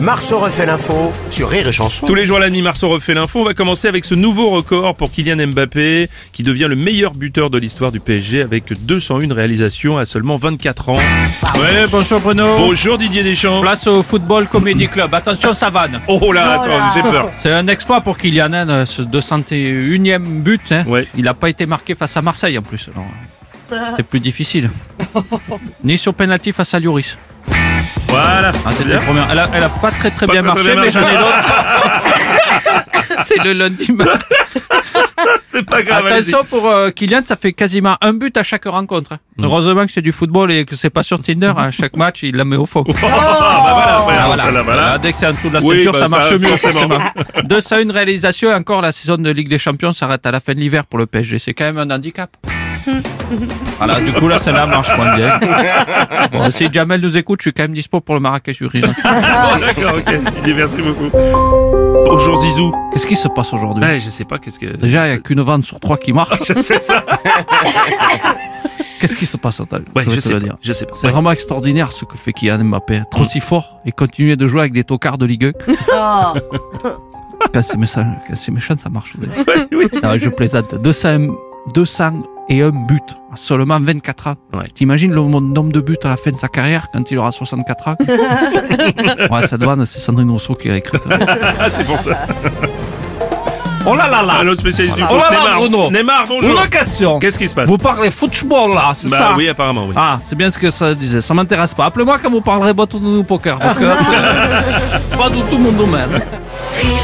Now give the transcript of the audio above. Marceau refait l'info sur Rire et Chanson. Tous les jours à la nuit, Marceau refait l'info. On va commencer avec ce nouveau record pour Kylian Mbappé, qui devient le meilleur buteur de l'histoire du PSG avec 201 réalisations à seulement 24 ans. Ouais, bonjour Bruno. Bonjour Didier Deschamps. Place au Football Comedy Club. Attention, Savane. Oh là, attends, j'ai peur. C'est un exploit pour Kylian, hein, ce 201e but. hein. Ouais. Il n'a pas été marqué face à Marseille en plus. alors, euh, C'est plus difficile. Ni sur penalty face à Lloris. Voilà. Ah, c'était le premier. Elle a, elle a pas très très Pas bien très, marché, très bien mais j'en ai marché. l'autre. C'est le lundi matin. C'est pas grave. allez-y. Attention pour euh, Kylian, ça fait quasiment un but à chaque rencontre. hein. Mm. Heureusement que c'est du football et que c'est pas sur Tinder. À chaque match, il la met au fond. Ah, bah voilà, voilà, voilà, Voilà, voilà. dès que c'est en dessous de la Oui, ceinture, bah, ça marche ça, mieux. forcément. forcément. 201 réalisation et encore la saison de Ligue des Champions s'arrête à la fin de l'hiver pour le PSG. C'est quand même un handicap. voilà, du coup là, celle-là marche moins bien. Bon, si Jamel nous écoute, je suis quand même dispo pour le Marrakech du Rire. Bon, Ah, D'accord, ok. Didier, merci beaucoup. Bonjour Zizou. Qu'est-ce qui se passe aujourd'hui Ouais, je sais pas qu'est-ce que. Déjà, il n'y a qu'une vente sur trois qui marche. C'est ça. Qu'est-ce qui se passe, Antoine Ouais, Je vais je te sais le pas. dire. Je sais pas. C'est vraiment extraordinaire ce que fait Kylian Mbappé. Trop si fort et continuer de jouer avec des tocards de Ligue 1. Quand c'est méchant, quand c'est méchant, ça marche. vous voyez. Ouais, oui. Non, je plaisante. 200, 200 et un but. Seulement 24 ans. Ouais. T'imagines le mon- nombre de buts à la fin de sa carrière quand il aura 64 ans Ouais, cette vanne, c'est Sandrine Rousseau qui hein. l'a écrite. Ah, c'est pour ça. Oh là là Ah, là l'autre spécialiste du Oh foot, là là, Neymar. Bruno. Neymar, bonjour. Une question Qu'est-ce qui se passe Vous parlez football là, Ah, c'est Bah ça oui, apparemment, oui. Ah, c'est bien ce que ça disait. Ça m'intéresse pas. Appelez-moi quand vous parlerez boîte de nounou poker, parce que là, c'est pas du tout mon domaine. Rire